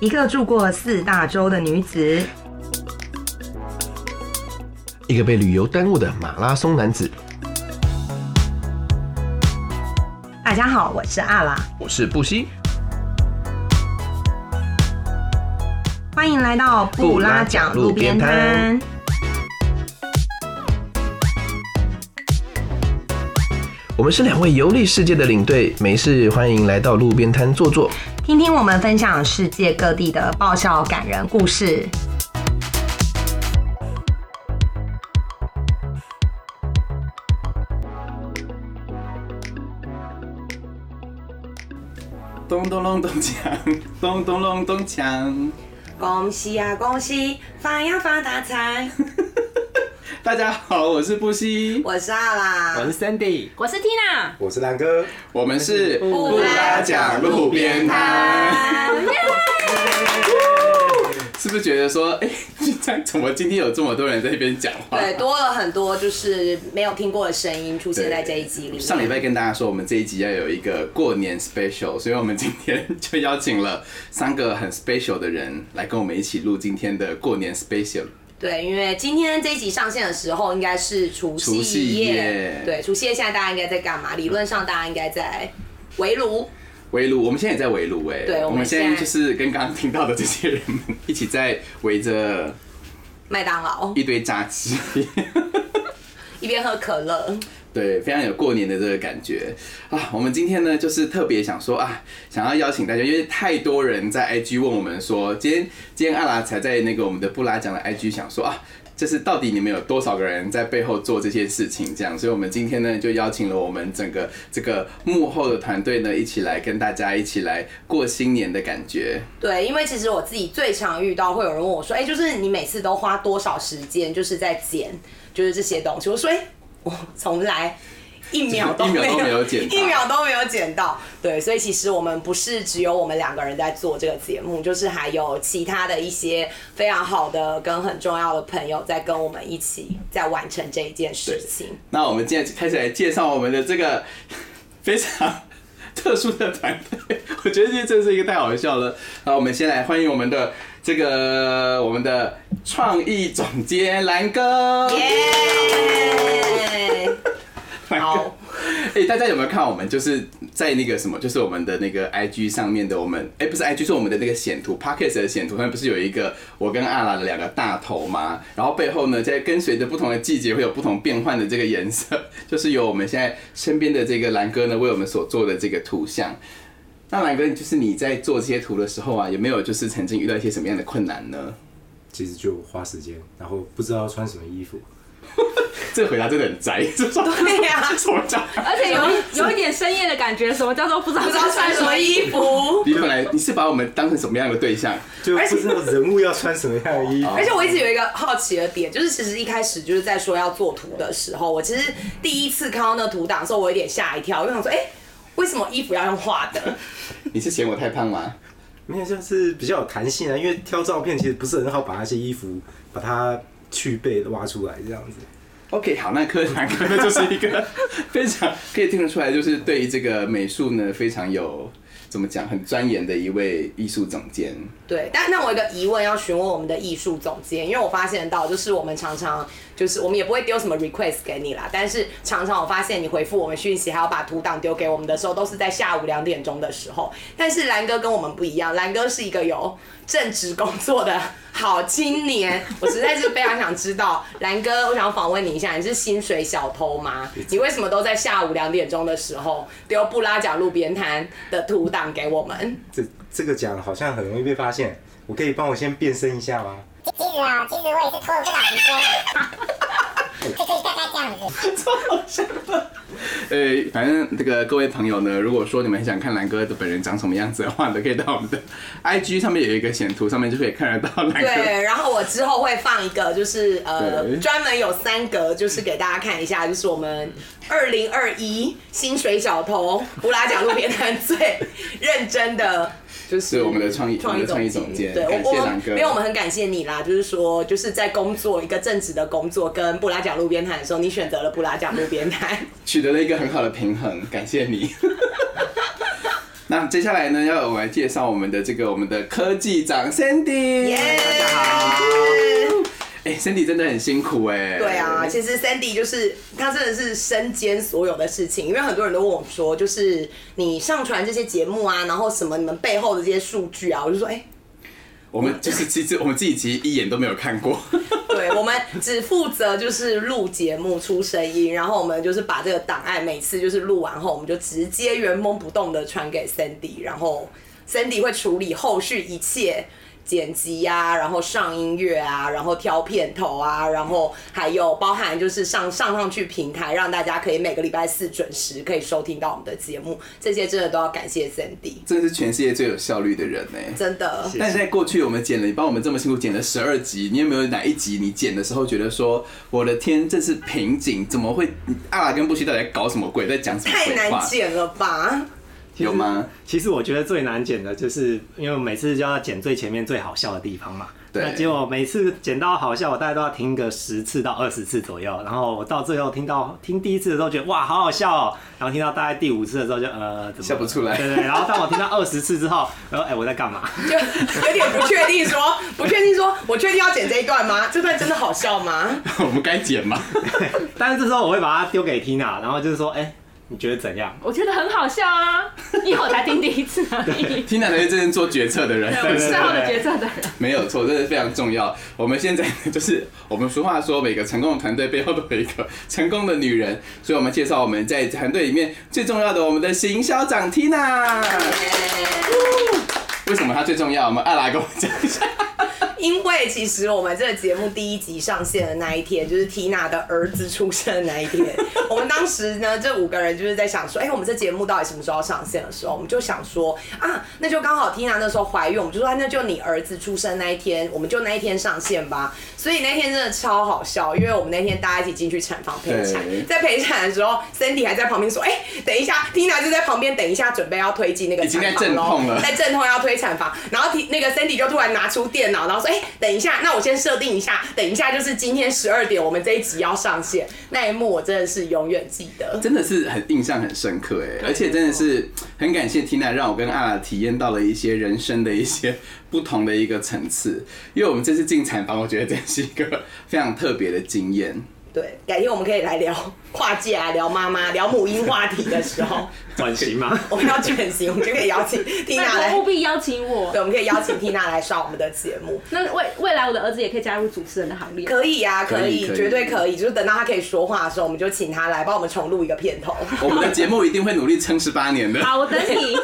一个住过四大洲的女子，一个被旅游耽误的马拉松男子。大家好，我是阿拉，我是布西，欢迎来到布拉奖路边摊。我们是两位游历世界的领队，没事欢迎来到路边摊坐坐。听听我们分享世界各地的爆笑感人故事。咚咚隆咚锵，咚咚隆咚锵。恭喜呀、恭喜，发呀发大财！ 大家好，我是布西，我是阿啦，我是 Sandy，我是 Tina，我是南哥，我们是布拉讲路边摊。是不是觉得说，哎、现在怎么今天有这么多人在那边讲 话？对，多了很多就是没有听过的声音出现在这一集里面。上礼拜跟大家说，我们这一集要有一个过年 special，所以我们今天 就邀请了三个很 special 的人来跟我们一起录今天的过年 special。对，因为今天这一集上线的时候应该是除夕除夕夜对，除夕夜现在大家应该在干嘛？理论上大家应该在围炉。围炉，我们现在也在围炉哎，对我我们们现现在在就是跟刚刚听到的这些人们一起在围着麦当劳一堆炸鸡，一边喝可乐，对，非常有过年的这个感觉啊！我们今天呢，就是特别想说啊，想要邀请大家，因为太多人在 IG 问我们说，今天今天阿拉才在那个我们的布拉奖的 IG 想说啊，就是到底你们有多少个人在背后做这些事情？这样，所以我们今天呢，就邀请了我们整个这个幕后的团队呢，一起来跟大家一起来过新年的感觉。对，因为其实我自己最常遇到会有人问我说，哎、就是你每次都花多少时间就是在剪，就是这些东西。我说，哎、我从来一秒都一秒没都有没有剪到一秒都没有剪到。对，所以其实我们不是只有我们两个人在做这个节目，就是还有其他的一些非常好的跟很重要的朋友在跟我们一起在完成这一件事情。那我们现在开始来介绍我们的这个 非常 特殊的团队，我觉得这真是一个太好笑了。那我们先来欢迎我们的这个我们的创意总监兰哥。耶！兰哥好，哎、大家有没有看我们就是在那个什么，就是我们的那个 IG 上面的我们，哎、不是 IG，是我们的那个显图 p o c k e t 的显图上面不是有一个我跟阿拉的两个大头吗？然后背后呢，在跟随着不同的季节会有不同变换的这个颜色，就是由我们现在身边的这个兰哥呢为我们所做的这个图像。那兰哥，就是你在做这些图的时候啊，有没有就是曾经遇到一些什么样的困难呢？其实就花时间，然后不知道穿什么衣服，这回答真的很宅，这什么对呀、呃什么宅？而且有有一点深夜的感觉，什么叫做不知道不知道穿什 么衣服。你本来你是把我们当成什么样的对象？就不知道人物要穿什么样的衣 服。而且我一直有一个好奇的点，就是其实一开始就是在说要做图的时候，我其实第一次看到那图档的时候，我有点吓一跳，我就想说，哎、为什么衣服要用画的？你是嫌我太胖吗？没有，就是比较有弹性啊，因为挑照片其实不是很好把那些衣服把它去背挖出来这样子。 OK，好，那柯南哥呢，就是一 个非常可以听得出来，就是对于这个美术呢非常有怎么讲，很钻研的一位艺术总监。对，但那我有一个疑问要询问我们的艺术总监，因为我发现到就是我们常常就是我们也不会丢什么 request 给你啦，但是常常我发现你回复我们讯息，还要把图档丢给我们的时候，都是在下午两点钟的时候。但是兰哥跟我们不一样，兰哥是一个有正职工作的好青年，我实在是非常想知道，兰哥，我想访问你一下，你是薪水小偷吗？你为什么都在下午两点钟的时候丢布拉贾路边摊的图档给我们？这这个讲好像很容易被发现，我可以帮我先变身一下吗？其实啊，其实我也是拖了不少时间，就就是大概这样子。呃，反正这个各位朋友呢，如果说你们很想看兰哥的本人长什么样子的话呢，可以到我们 的 IG 上面有一个显图，上面就可以看得到兰哥。 对，然后我之后会放一个，就是呃对，专门有三格，就是给大家看一下，就是我们二零二一薪水小偷布拉奖路边摊最认真的。就是是我们的创意我创们意的创意总监对，感谢我我兰们哥没有，我们很感谢你啦。就是说，就是在工作一个正职的工作跟布拉奖路边摊的时候，你选择了布拉奖路边摊。 取得了一个很好的平衡，感谢你。那接下来呢，要我来介绍我们的这个我们的科技长 Sandy，大家好。哎、c i n d y 真的很辛苦哎、对啊，其实 Sandy 就是他真的是身兼所有的事情，因为很多人都问我说，就是你上传这些节目啊，然后什么你们背后的这些数据啊，我就说，哎、我们就是其实我们自己其实一眼都没有 看过。对，我们只负责就是录节目、出声音，然后我们就是把这个档案每次就是录完后，我们就直接原封不动的传给 Sandy，然后 Sandy 会处理后续一切。剪辑啊，然后上音乐啊，然后挑片头啊，然后还有包含就是上上上去平台，让大家可以每个礼拜四准时可以收听到我们的节目，这些真的都要感谢 Sandy，真的是全世界最有效率的人呢、欸真的。但是在过去，我们剪了，你帮我们这么辛苦剪了十二集，你有没有哪一集你剪的时候觉得说，我的天，这是瓶颈，怎么会阿拉跟布希到底在搞什么鬼，在讲什么太鬼难话？剪了吧？有吗？ 其实我觉得最难剪的就是，因为每次就要剪最前面最好笑的地方嘛。对那结果每次剪到好笑，我大概都要听个十次到二十次左右，然后我到最后听到听第一次的时候觉得哇好好笑、哦，然后听到大概第五次的时候就呃怎么笑不出来对对对，然后当我听到二十次之后，然后哎、我在干嘛？ 就有点不确定说，不确定说，我确定要剪这一段吗？这段真的好笑吗？我们该剪吗？ 但是这时候我会把它丢给 Tina，然后就是说哎、你觉得怎样？我觉得很好笑啊，因为我才听第一 次而已。听奶才是真正做决策的人对，。我是最后的决策的人。没有错，这是非常重要。我们现在就是我们俗话说，每个成功的团队背后都有一个成功的女人，所以我们介绍我们在团队里面最重要的我们的行销长 Tina。为什么她最重要？我们艾拉跟我讲一下。因为其实我们这个节目第一集上线的那一天，就是 Tina 的儿子出生的那一 天。我们当时呢，这五个人就是在想说，哎、我们这节目到底什么时候要上线的时候，我们就想说啊，那就刚好 Tina 那时候怀孕，我们就说、啊那就你儿子出生那一天，我们就那一天上线吧。所以那天真的超好笑，因为我们那天大家一起进去产房陪产对，在陪产的时候，Cindy 还在旁边说，哎、等一下，Tina 就在旁边等一下，准备要推进那个已经在产房阵咯痛了在阵痛要推产房，然后提那个 Cindy 就突然拿出电脑，然后说：“哎、等一下，那我先设定一下，等一下就是今天十二点，我们这一集要上线。”那一幕我真的是永远记得。真的是很印象很深刻哎，而且真的是很感谢 Tina 让我跟阿拉体验到了一些人生的一些不同的一个层次，因为我们这次进产房，我觉得真是一个非常特别的经验。对，改天我们可以来聊跨界啊，聊妈妈，聊母婴话题的时 候，转型吗？我们要转型，我们就可以邀请 Tina 那来务，必邀请我对，。我们可以邀请 Tina 来上我们的节目。那未未来我的儿子也可以加入主持人的行列。可以啊，可可以以，可以绝对可以。就是等到他可以说话的时候，我们就请他来帮我们重录一个片头。 我们的节目一定会努力撑十八年的。 好，我等你。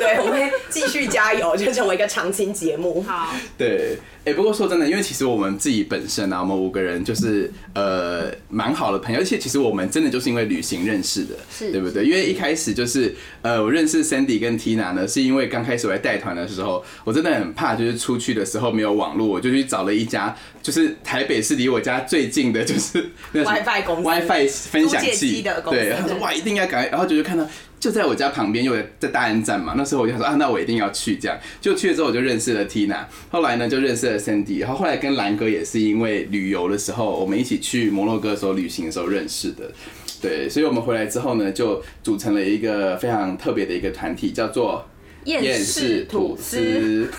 对，我们会继续加油，就成为一个常青节目。好，对，哎、不过说真的，因为其实我们自己本身啊，我们五个人就是呃蛮好的朋友，而且其实我们真的就是因为旅行认识的，是对不对？因为一开始就是呃，我认识 Sandy 跟 Tina 呢，是因为刚开始我在带团的时候，我真的很怕，就是出去的时候没有网络，我就去找了一家就是台北市离我家最近的，就是那什么 WiFi 公司 WiFi 分享租借器机的公司对，然后说对哇，一定要赶快，然后就就看到。就在我家旁边，因为我在大安站嘛，那时候我就想说啊，那我一定要去这样。就去了之后，我就认识了 Tina，后来呢就认识了 Sandy，然后后来跟兰哥也是因为旅游的时候，我们一起去摩洛哥的时候旅行的时候认识的。对，所以我们回来之后呢，就组成了一个非常特别的一个团体，叫做厌世吐司。。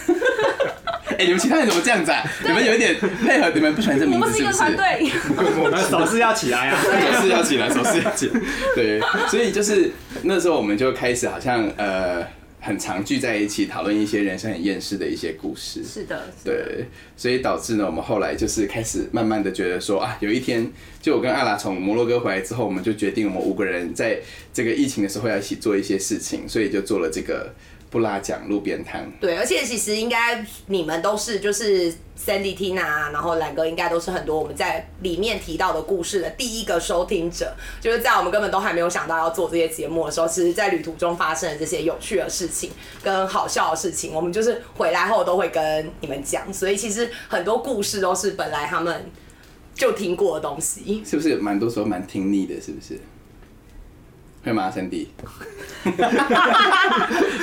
哎、你们其他人怎么这样子啊？你们有一点配合，你们不喜欢这我名们字是一是不个团是？ 队，我们 手势要起来啊！手势要起来，手势 要起来。对，所以就是那时候我们就开始好像呃很常聚在一起讨论一些人生很厌世的一些故事。是的，是的。对，所以导致呢，我们后来就是开始慢慢的觉得说啊，有一天，就我跟阿拉从摩洛哥回来之后，我们就决定我们五个人在这个疫情的时候要一起做一些事情，所以就做了这个布拉奖路边摊。 对，而且其实应该你们都是就是 Sandy Tina，啊然后兰哥应该都是很多我们在里面提到的故事的第一个收听者，就是在我们根本都还没有想到要做这些节目的时候，其实在旅途中发生的这些有趣的事情跟好笑的事情，我们就是回来后都会跟你们讲，所以其实很多故事都是本来他们就听过的东西。是不是蛮多时候蛮听腻的？是不是？ 会吗，Sandy？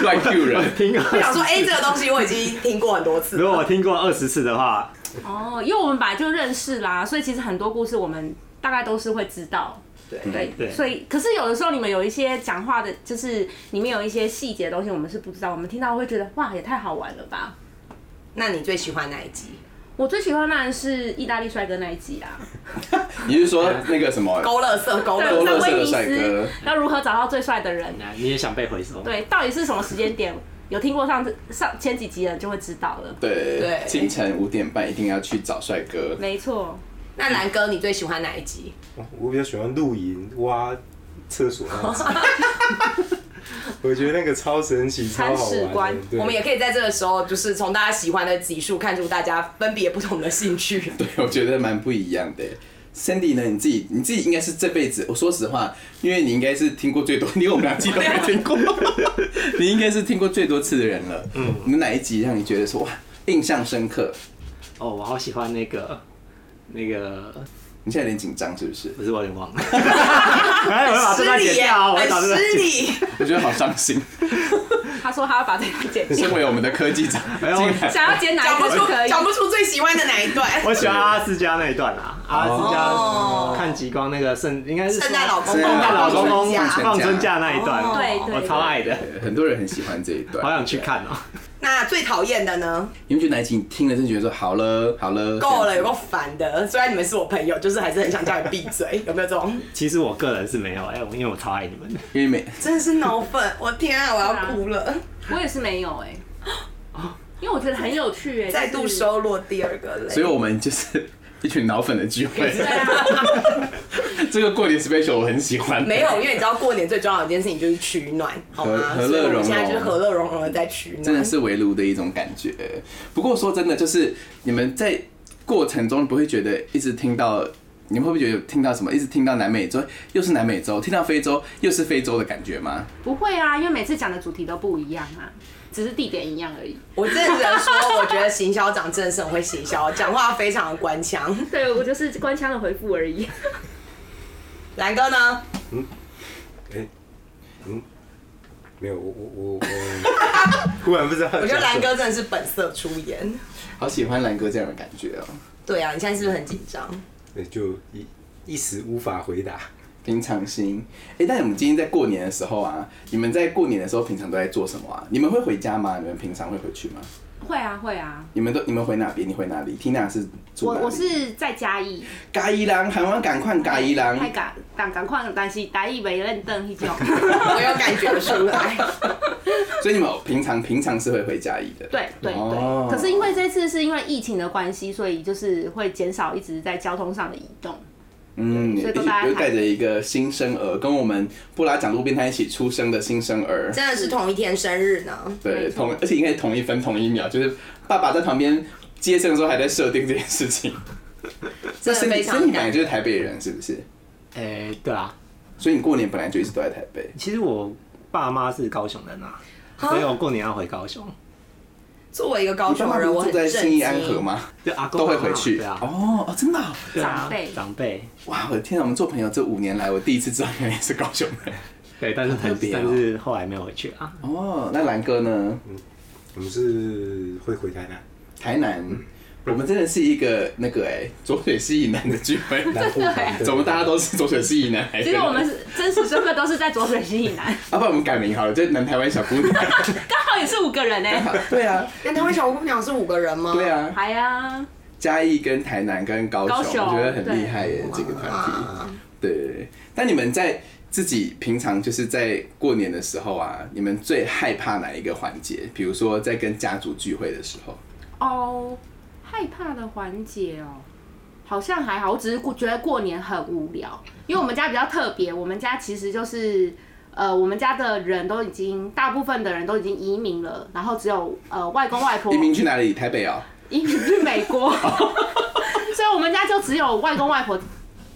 乱 Q 人， 听我过，想说，哎、这个东西我已经听过很多次 了。如果我听过二十次的话， 哦，因为我们本来就认识啦，所以其实很多故事我们大概都是会知道。对，对，对所以可是有的时候你们有一些讲话的，就是里面有一些细节的东西，我们是不知道，我们听到会觉得哇，也太好玩了吧。那你最喜欢哪一集？我最喜欢当然是意大利帅哥那一集啊，你是说那个什么？勾勒色，勾勒多对，在乐色威的尼帅哥斯要如何找到最帅的人？那你也想被回收？对，到底是什么时间点？有听过上次上前几集的人就会知道了。对对，清晨五点半一定要去找帅哥。没错，那蓝哥，你最喜欢哪一集？我比较喜欢露营、挖厕所那种。我觉得那个超神奇、超好铲屎玩官的。对我们也可以在这个时候，就是从大家喜欢的集数看出大家分别不同的兴趣。对，我觉得蛮不一样的。Sandy 呢？你自己你自己应该是这辈子，我说实话，因为你应该是听过最多，因为我们两集都没听 过，你应该是听过最多次的人了。嗯，你哪一集让你觉得说哇印象深刻？哦，我好喜欢那个那个，你现在有点紧张是不是？不是我有点忘 了，哎，我要把这段剪掉 啊，我要把这很段失剪礼。 我觉得好伤 心。他说他要把这个剪掉 身，为我们的科技 长，没有竟然想要剪哪讲一不个都出可以。讲不出最喜欢的哪一段。哎我喜欢阿拉斯加那一段啦，阿拉斯加看极光那个圣，应该是圣诞老公圣公，圣诞老公公圣诞老公公放春假那一段，对对我超爱的，很多人很喜欢这一段，好想去。看哦。 那最讨厌的呢？你们觉得哪一集你听了就觉得说好了好了够了，有这够样子烦的。虽然你们是我朋友，就是还是很想叫你闭 嘴，有没有这种？其实我个人是没有，哎，我因为我超爱你 们的，因为每真的是脑 粉，我天啊，我要哭了。我也是没有哎、因为我觉得很有趣哎、再度就是。收落第二个所以泪。我们就是 一群脑粉的聚会。对啊， 这个过年 special 我很喜欢。没有，因为你知道过年最重要的一件事情就是取暖，好吗？和和乐所以我融们现在融就是和乐融融的在取暖。真的是围炉的一种感觉。不过说真的，就是你们在过程中不会觉得一直听到，你们会不会觉得听到什么？一直听到南美洲又是南美洲，听到非洲又是非洲的感觉吗？不会啊，因为每次讲的主题都不一样啊，只是地点一样而已。我真的只能说，我觉得行销长真的是很会行销，讲话非常的官腔。 对我就是官腔的回复而已。蓝哥呢？没有，我我我我，忽然不知道。我觉得蓝哥，真的是本色出演。好喜欢蓝哥这样的感觉哦、对啊，你现在是不是很紧 张？对，就一一时无法回答。平常心。哎、但你们今天在过年的时候啊，你们在过年的时候平常都在做什么啊？你们会回家吗？你们平常会回去吗？会啊会啊，你们都你们回哪边？你回哪里？Tina 是住我哪里？我是在嘉义，嘎一郎，台湾赶快嘎一郎。太赶赶赶快，但是台语没认得那种。我有感觉出来。所以你们平常平常是会回家义的。对对对，哦可是因为这次是因为疫情的关系，所以就是会减少一直在交通上的移动。嗯，所以都一起大家又看带着一个新生儿，跟我们布拉讲路边摊一起出生的新生儿，真的是同一天生日呢。对，没错同而且应该同一分同一秒，就是爸爸在旁边接生的时候还在设定这件事情。真的所以非你常所以你本感来就是台北人，是不是？哎，对啊，所以你过年本来就一直都在台北。其实我爸妈是高雄人啊，所以我过年要回高雄，作为一个哦高你爸雄妈不人，是我很住在震信义安和惊。吗？对阿公都会阿嬷回去。对啊，哦哦，真的哦、对啊长辈长辈，哇！我的天啊，我们做朋友这五年来，我第一次知道原来你是高雄人。对，但是好特别哦但是后来没有回去啊。 哦，那兰哥呢？我们是会回台南，台南，我们真的是一个那个哎、左水西以 南的聚会。南部嘛对怎么大家都是左水西以南？其实我们是真实身份都是在左水溪以南， 啊，不然我们改名好了，就南台湾小姑娘。刚好也是五个人呢、欸。 对啊，那台湾小姑娘是五个人吗？对。啊，还啊，嘉义跟台南跟高雄，高雄我觉得很厉害耶，这个团体。对对对，但你们在自己平常就是在过年的时候啊，你们最害怕哪一个环节？比如说在跟家族聚会的时候，哦，害怕的环节哦，好像还好，我只是过觉得过年很无聊，因为我们家比较特别，我们家其实就是。呃，我们家的人都已经，大部分的人都已经移民了，然后只有呃外公外婆移民去哪里？台北哦，移民去美国，所以我们家就只有外公外婆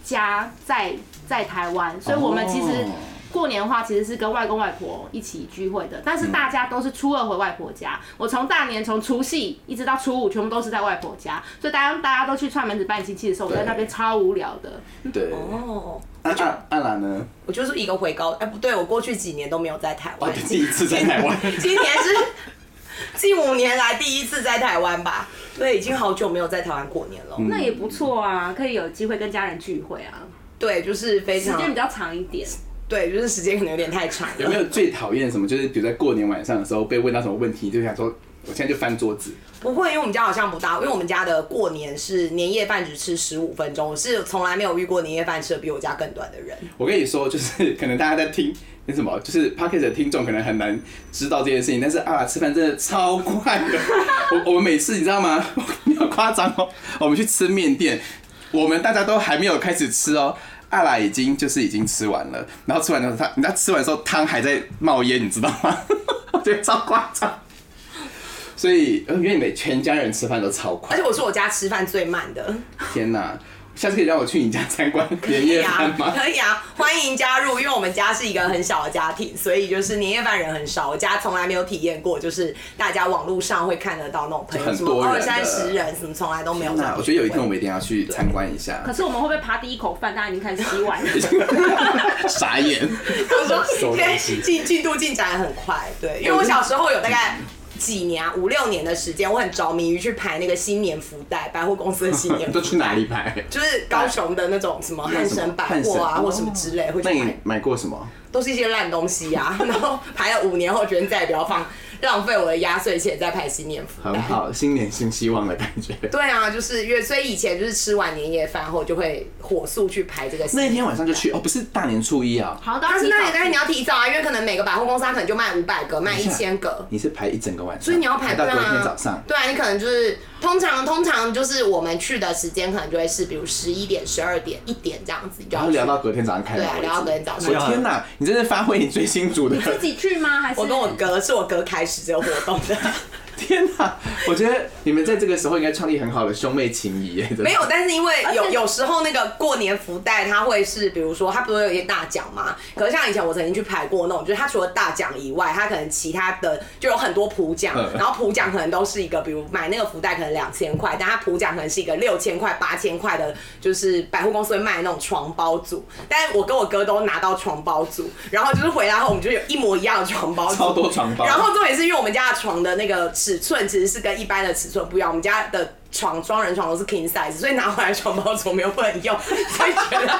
家在在台湾，所以我们其实哦过年的话其实是跟外公外婆一起聚会的，嗯但是大家都是初二回外婆家，我从大年从除夕一直到初五全部都是在外婆家，所以大家大家都去串门子拜亲戚的时候，我在那边超无聊的。对。哦，那阿阿兰呢？我就是一个回高，哎，不对，我过去几年都没有在台哇，湾，哦第一次在台湾， 今年是近五年来第一次在台湾吧？对，已经好久没有在台湾过年了。那也不错啊，可以有机会跟家人聚会啊。对，就是非时常间比较长一点。对，就是时间可能有点太长了。有没有最讨厌什么？就是比如在过年晚上的时候被问到什么问题，就想说我现在就翻桌子。不会，因为我们家好像不大，因为我们家的过年是年夜饭只吃十五分钟，我是从来没有遇过年夜饭吃的比我家更短的人。我跟你说，就是 可能大家在听那什么，就是 p o c k e t 的听众可能很难知道这件事情，但是阿拉吃饭真的超快的。 我我们每次你知道吗？ 你好夸张哦！我们去吃面店，我们大家都还没有开始吃哦。阿拉已经就是已经吃完了，然后吃完的时候，他你知道吃完的时候汤还在冒烟，你知道吗？ 我觉得超夸张。所以，呃因为你们全家人吃饭都超快而且，我是我家吃饭最慢的，天哪！下次可以让我去你家参观年可夜以啊饭，吗？ 可以啊，欢迎加入，因为我们家是一个很小的家庭，所以就是年夜饭人很少，我家从来没有体验过，就是大家网络上会看得到那种朋友很什多么人二的三十人什么，从来都没有这样体那验过。我觉得有一天我们一定要去参观一下可。 是我们会不会扒第一口饭，大家已经开始洗碗了？傻眼，我说现在进进度进展很快，对，因为我小时候有大概。几年啊，五六年的时间，我很着迷于去排那个新年福袋，百货公司的新年福都袋， 去哪里拍？就是高雄的那种什么汉神百货啊，或什么之类，会哦那去你排，买过什么？都是一些烂东西啊。 然后排了五年后，觉得再也不要放，浪费我的压岁钱再排新年福很袋。好，新年新希望的感觉。对啊，就是因为所以以前就是吃完年夜饭后就会火速去排这个。那一天晚上就去哦，不是大年初一啊， 好，但当是时那但是你要提早啊，因为可能每个百货公司它可能就卖五百个，卖一千个。你是排一整个晚上，所以你要排到队隔啊，天早上。对啊，你可能就是通常通常就是我们去的时间可能就会是比如十一点、十二点、一点这样子，你就然要后去聊到隔天早上开对啊，聊到隔天早上。我天哪，你真是发挥你最新组的你自己去吗？还是我跟我哥是我哥开始这个活动的， 天哪！我觉得你们在这个时候应该创立很好的兄妹情谊耶。真的没有，但是因为而且 有有时候那个过年福袋，它会是比如说它不是有一些大奖嘛？可是像以前我曾经去排过那种，就是它除了大奖以外，它可能其他的就有很多普奖嗯，然后普奖可能都是一个，比如买那个福袋可能两千块，但它普奖可能是一个六千块、八千块的，就是百货公司会卖那种床包组，但我跟我哥都拿到床包组，然后就是回来后我们就有一模一样的床 包组，超多床包然后重点是因为我们家的床的那个尺寸其实是跟一般的尺寸不一样，我们家的床双人床都是 king size，所以拿回来床包怎么又不能 用，所以觉得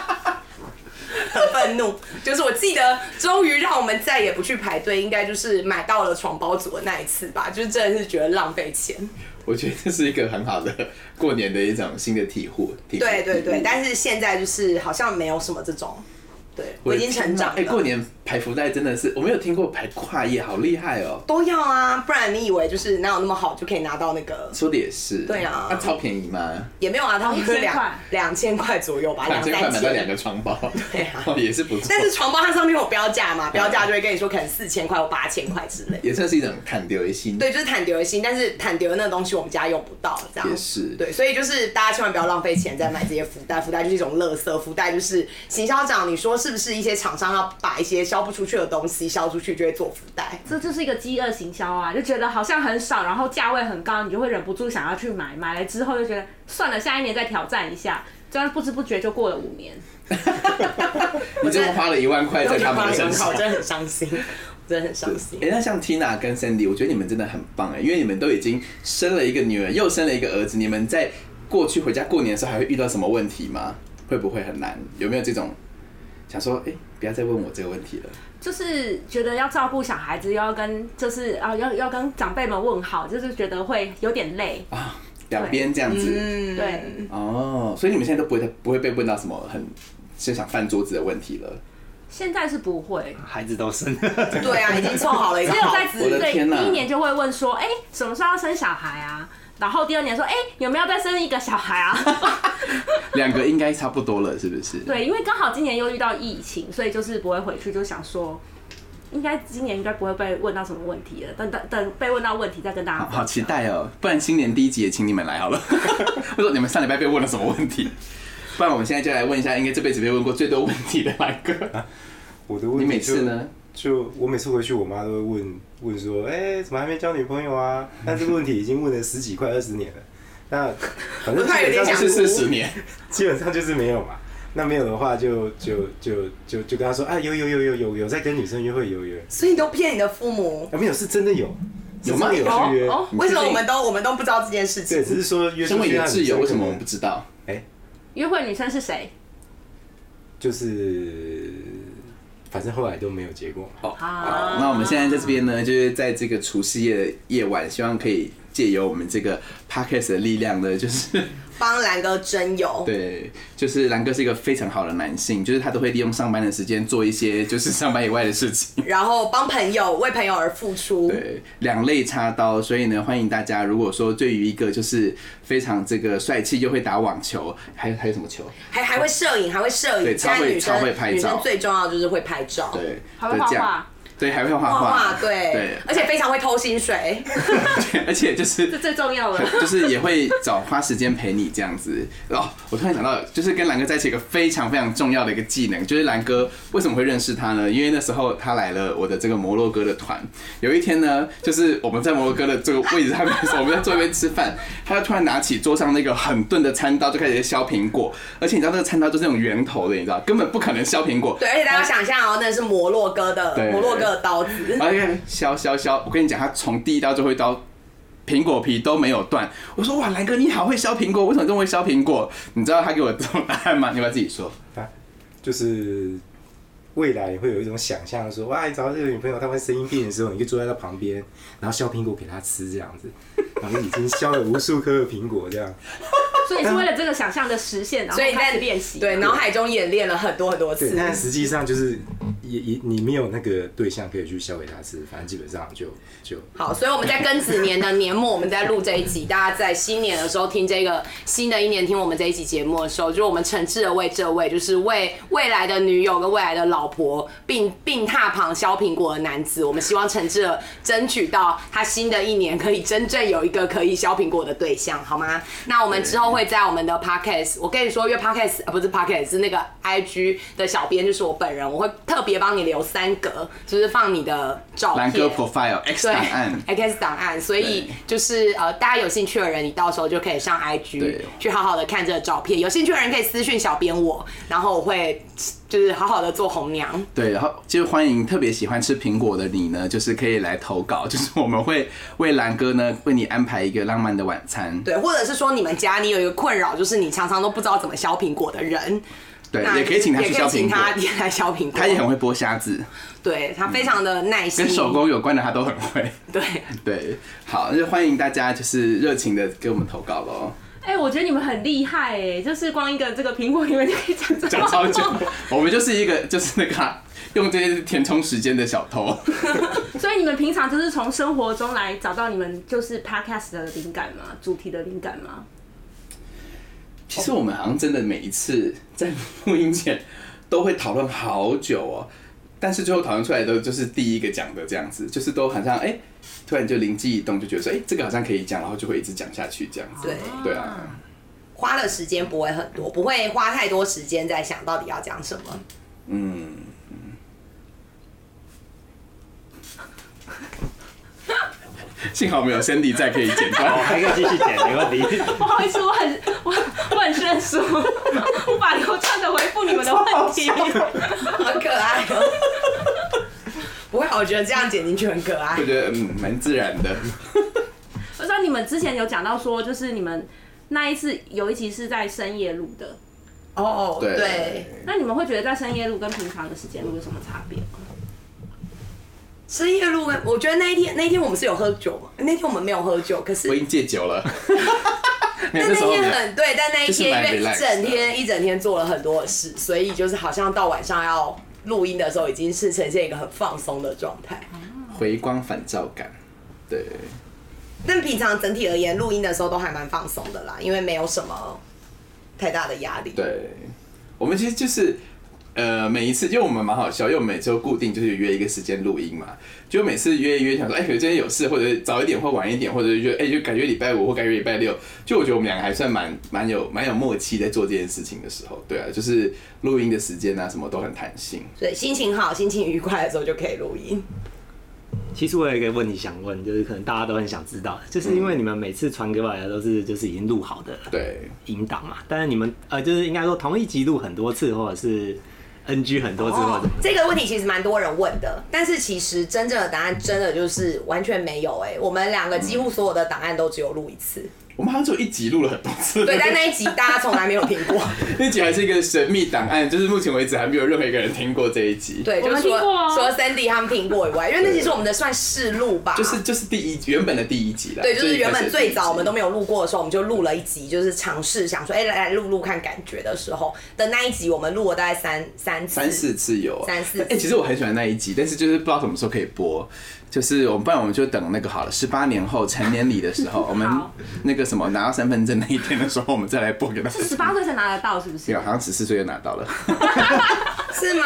很愤怒。就是我记得，终于让我们再也不去排队，应该就是买到了床包组的那一次吧，就是真的是觉得浪费钱。我觉得这是一个很好的过年的一种新的体悟。体悟对对体对，悟但是现在就是好像没有什么这种，对我已经成长哎、过了。年排福袋真的是，我没有听过排跨夜，好厉害哦！都要啊，不然你以为就是哪有那么好就可以拿到那个？说的也是，对啊那超便宜吗？也没有啊，他们是1000两块两千块左右吧，两哎两千块三买到两个床包，对啊哦也是不错，但是床包它上面有标价嘛，标价就会跟你说可能四千块或八千块之类。也算是一种砍丢一心。对，就是坦丢的心，但是坦丢的那个东西我们家用不到，这样也是对，所以就是大家千万不要浪费钱在买这些福袋，福袋就是一种垃圾，福袋就是行销长，你说是不是一些厂商要把一些销不出去的东西销出去，就会做福袋？这就是一个饥饿行销啊，就觉得好像很少，然后价位很高，你就会忍不住想要去买，买了之后就觉得算了，下一年再挑战一下，这样不知不觉就过了五年。你真的花了一万块在他们的身上我。真的很伤心，我真的很伤心哎、。那像 Tina 跟 Sandy，我觉得你们真的很棒哎、因为你们都已经生了一个女儿，又生了一个儿子，你们在过去回家过年的时候还会遇到什么问题吗？会不会很难？有没有这种想说，哎、不要再问我这个问题了？就是觉得要照顾小孩子，又要跟就是啊，要要跟长辈们问好，就是觉得会有点累。啊，两边这样子，嗯，对，哦，所以你们现在都不会不会被问到什么很是想翻桌子的问题了。现在是不会，孩子都生了，对啊，已经凑好了一个 只有在我的对天哪第一年就会问说，哎、什么时候要生小孩啊？然后第二年说，哎、有没有再生一个小孩啊？ 两个应该差不多了，是不是？对，因为刚好今年又遇到疫情，所以就是不会回去，就想说，应该今年应该不会被问到什么问题了。等等等被问到问题再跟大家好分享。好期待哦！不然新年第一集也请你们来好了。 我说你们上礼拜被问了什么问题？不然我们现在就来问一下，应该这辈子被问过最多问题的来哥。我的问你题每次就呢？就我每次回去，我妈都会问问说，哎、怎么还没交女朋友啊？但这个问题已经问了十几快二十年了。那反我正突然有基点本想上是四十年，基本上就是没有嘛。那没有的话就，就就就就跟她说啊，有有有有有有在跟女生约会，有有所以你都骗你的父母，啊，没有是真的有，有吗是真的有去约。哦，为什么我们都我们都不知道这件事情对，？只是说约出身为你去的那挚友，女生为什么可我能不知道？约会女生是谁？就是反正后来都没有结果。好，好，那我们现在在这边呢，就是在这个除夕夜的夜晚，希望可以借由我们这个 podcast 的力量呢，就是帮兰哥真油，对，就是兰哥是一个非常好的男性，就是他都会利用上班的时间做一些就是 上班以外的事情。然后帮朋友为朋友而付出。对，两肋插刀，所以呢，欢迎大家，如果说对于一个就是非常这个帅气又会打网球，还有还有什么球？还还会摄影，还会摄影。对现在超会女超会拍生女照生最重要就是会拍照，对，还会的画这样画，对，还会画画画画，对，对而且非常会偷薪水。而且就是这最重要了。 就是也会找花时间陪你这样子。哦，我突然想到，就是跟兰哥在一起有一个非常非常重要的一个技能，就是兰哥为什么会认识他呢？因为那时候他来了我的这个摩洛哥的团，有一天呢，就是我们在摩洛哥的这个位置上面的时候，我们在坐一边吃饭，他就突然拿起桌上那个很钝的餐刀，就开始削苹果，而且你知道那个餐刀就是那种圆头的，你知道，根本不可能削苹果。对，而且大家想象哦，那是摩洛哥的对摩洛哥的刀子，然后就开始削削削，我跟你讲，他从第一刀最后一刀，苹果皮都没有断。我说哇，兰哥你好会削苹果，为什么这么会削苹果？你知道他给我这种答案吗？你要不要自 己说？啊，就是未来你会有一种想象说，哇，你找到这个女朋友，她会生病的时候，你就坐在她旁边，然后削苹果给她吃这样子，然后已经削了无数颗的苹果这样，所以是为了这个想象的实现，然后所以开在始练习。对，脑海中演练了很多很多对，次。但实际上就是也也你没有那个对象可以去削给她吃，反正基本上就就好，所以我们在庚子年的年末，我们在录这一集，大家在新年的时候听这个新的一年听我们这一集节目的时候，就是我们诚挚的为这位就是为未来的女友跟未来的老婆并并踏旁削苹果的男子，我们希望诚挚的争取到他新的一年可以真正有一个可以削苹果的对象，好吗？那我们之后会在我们的 podcast，我跟你说，因为 podcast 啊不是 podcast 是那个 IG 的小编就是我本人，我会特别帮你留三格，就是放你的照兰片。哥 profile X 对档案。 ，X 档案，所以对就是呃，大家有兴趣的人，你到时候就可以上 IG 对去好好的看这个照片。有兴趣的人可以私讯小编我，然后我会就是好好的做红娘。对，然后就是欢迎特别喜欢吃苹果的你呢，就是可以来投稿，就是我们会为兰哥呢为你安排一个浪漫的晚餐。对，或者是说你们家你有一个困扰，就是你常常都不知道怎么削苹果的人，对，那也可以请他也去可以削请苹他果， 来削苹果，他也很会剥虾子，对他非常的耐心，跟手工有关的他都很会。对。对，好，那就欢迎大家就是热情的给我们投稿喽。哎、我觉得你们很厉害哎、就是光一个这个苹果，你们就可以讲 这讲么超久多，我们就是一个就是那个啊、用这些填充时间的小偷。所以你们平常就是从生活中来找到你们就是 podcast 的灵感吗？主题的灵感吗？ 其实我们好像真的每一次在录音前都会讨论好久哦，但是最后讨论出来的就是第一个讲的这样子，就是都好像哎、突然就灵机一动，就觉得说哎、这个好像可以讲，然后就会一直讲下去这样子。对对啊，花的时间不会很多，不会花太多时间在想到底要讲什么。嗯，幸好没有 Cindy 在可以剪我断。还可以继续剪，没问题。不好意思，我很 我我很生疏，无法流畅的回复你们的 问题。很可爱、哦。 不会，我觉得这样剪进去很可爱 我。觉得嗯蛮自然的，我知道你们之前有讲到说，就是你们那一次有一集是在深夜录的，哦哦，对对，那你们会觉得在深夜录跟平常的时间录有什么差别吗？深夜录，我觉得那一天那一天我们是有喝酒嘛，那天我们没有喝酒，可是我已经戒酒了。没有但那时那候天没有很对，但那一就是蛮天因为一 relax 整的天一整天做了很多的事，所以就是好像到晚上要录音的时候，已经是呈现一个很放松的状态。回光返照感。对，但平常整体而言，录音的时候都还蛮放松的啦，因为没有什么太大的压力。对，我们其实就是。呃，每一次，因为我们蛮好笑，因为我们每周固定就是约一个时间录音嘛，就每次约一约，想说，哎、可能今天有事，或者早一点，或晚一点，或者就，哎、就感觉礼拜五或感觉礼拜六，就我觉得我们两个还算蛮蛮有蛮有默契，在做这件事情的时候，对啊，就是录音的时间啊，什么都很弹性。所以心情好、心情愉快的时候就可以录音。其实我有一个问题想问，就是可能大家都很想知道，就是因为你们每次传给我的都是就是已经录好的对，音档嘛，但是你们呃就是应该说同一集录很多次，或者是 NG 很多次，或者怎么样哦这个问题其实蛮多人问的，但是其实真正的答案真的就是完全没有哎、我们两个几乎所有的档案都只有录一次，我们好像只有一集录了很多 次，对，但那一集大家从来没有听过，那集还是一个神秘档案，就是目前为止还没有任何一个人听过这一集。，对，我就们是说听过啊除了 Sandy 他们听过以外，因为那集是我们的算试录吧，就是就是第一原本的第一集啦。对，就是原本最早我们都没没有录过的时候，我们就录了一集，就是尝试想说，哎、来来录录看感觉的时候的那一集，我们录了大概三三次三四次有啊三四哎、其实我很喜欢那一集，但是就是不知道什么时候可以播。就是我们，不然我们就等那个好了，十八年后成年礼的 时候，我们好那个什么拿到身份证那一天的时候，我们再来播给他们 是。十八岁才拿得到，是不没是有，？好像十四岁就拿到了，是吗？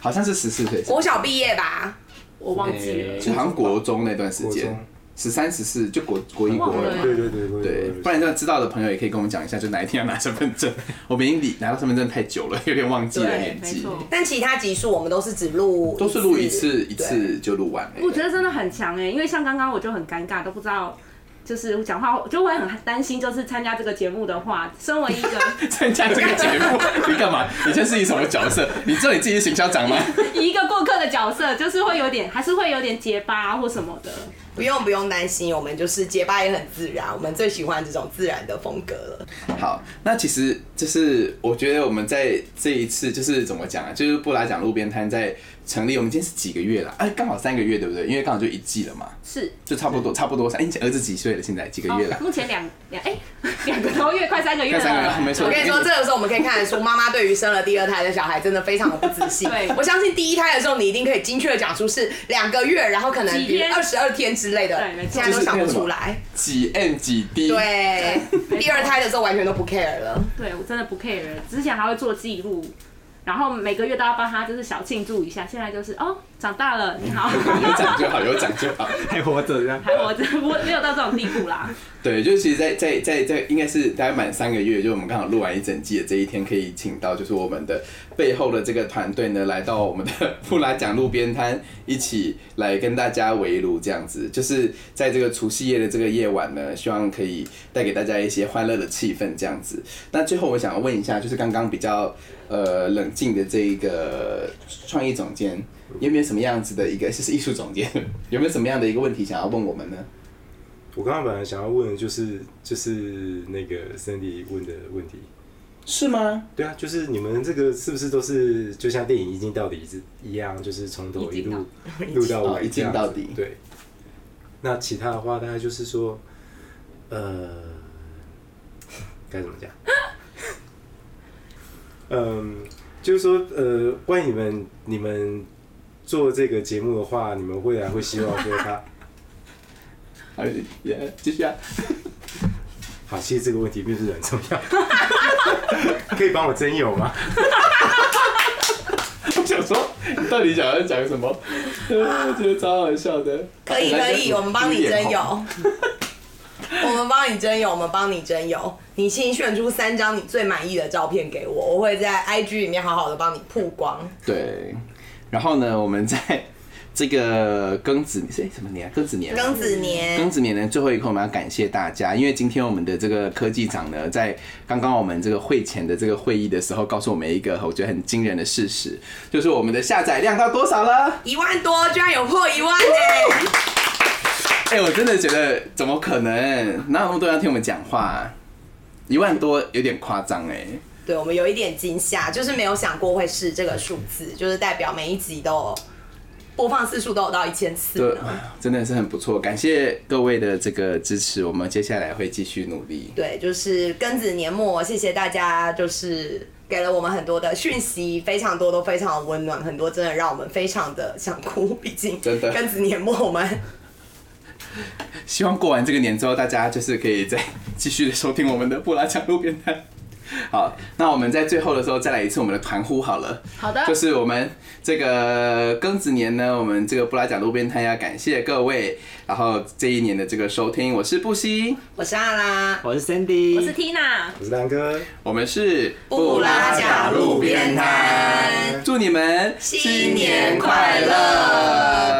好像是十四岁，国小毕业吧，我忘记了。就好像国中那段时间国中，十三十四就国国一国忘二了嘛。对对对对对，不然就知道的朋友也可以跟我们讲一下，就哪一天要拿身份证。我们已经离拿到身份证太久了，有点忘记了对年没纪，错，但其他集数我们都是只录都是录一次一对次就录完了。我觉得真的很强哎、因为像刚刚我就很尴尬，都不知道。就是讲话就会很担心，就是参加这个节目的话，身为一个 参加这个节目，你干嘛？你现在是以什么角色？你知道你自己是行销长吗？以一个过客的角色，就是会有点还是会有点结巴或什么的。不用不用担心，我们就是结巴也很自然，我们最喜欢这种自然的风格了。好，那其实就是我觉得我们在这一次就是怎么讲啊，就是布拉讲路边摊在成立，我们今天是几个月了？哎、刚好三个月对不对？因为刚好就一季了嘛，是，就差不多差不多三。哎、你儿子几岁了？现在几个哦月了？目前两两哎两个多月，快三个月快三个月，没了。错。我跟你说，这个时候我们可以看得出，妈妈对于生了第二胎的小孩真的非常的不仔细。对我相信第一胎的时候，你一定可以精确的讲出是两个月，然后可能几天二十二天之类的对没，错现在都想不出来。几 n 几 d，，对，第二胎的时候完全都不 care 了。对我真的不 care，之前还会做记录，然后每个月都要帮他就是小庆祝一下，现在就是哦长大了，你好， 有奖就好，有奖就好。还 活着这样。还活着，我没有到这种地步啦。对，就是其实在，在在在应该是大概满三个月，就我们刚好录完一整季的这一天，可以请到就是我们的背后的这个团队呢，来到我们的 布拉奖路边摊，一起来跟大家围炉这样子。就是在这个除夕夜的这个夜晚呢，希望可以带给大家一些欢乐的气氛这样子。那最后我想要问一下，就是刚刚比较呃冷静的这一个创意总监，有没有什么样子的一个，就是艺术总监， 有没有什么样的一个问题想要问我们呢？我刚刚本来想要问的就是就是那个 Cindy 问的问题，是吗？对啊，就是你们这个是不是都是就像电影一镜到底是一样，就是从头一路 录到哦尾，一镜到底对。那其他的话，大概就是说，呃，该怎么讲？ 嗯，就是说，呃，万一你们你们做这个节目的话，你们未来会希望说他。 好，哎也继续啊。 好，其实这个问题并不是很重要， 可以帮我征友吗？我想说，你到底想要讲什么？ 呃我觉得超好笑的。可以可以，我们帮你征。友， 我们帮你征友，我们帮你征友。你先选出三张你最满意的照片给我，我会在 IG 里面好好的帮你曝光。对，然后呢，我们在这个庚子是、哎什么年啊？庚子年吗。庚子年庚，子年的最后一刻，我们要感谢大家，因为今天我们的这个科技长呢，在刚刚我们这个会前的这个会议的时候，告诉我们一个我觉得很惊人的事实，就是我们的下载量到多少了？一万多，居然有破一万呢、哎、我真的觉得怎么可能？哪有那么多人要听我们讲话、啊一万多有点夸张哎。对我们有一点惊吓，就是没有想过会是这个数字，就是代表每一集都有播放次数都有到一千次对。，啊真的是很不错，感谢各位的这个支持，我们接下来会继续努力。对，就是庚子年末，谢谢大家，就是给了我们很多的讯息，非常多都非常温暖，很多真的让我们非常的想哭，毕竟真的庚子年末我们希望过完这个年之后，大家就是可以再继续的收听我们的布拉强路边摊。好，那我们在最后的时候再来一次我们的团呼好了。好的，就是我们这个庚子年呢，我们这个布拉奖路边摊要感谢各位，然后这一年的这个收听，我是布西，我是阿拉，我是 Sandy，我是 Tina，我是丹哥，我们是布拉甲甲路路边边摊摊。祝你们新年快乐！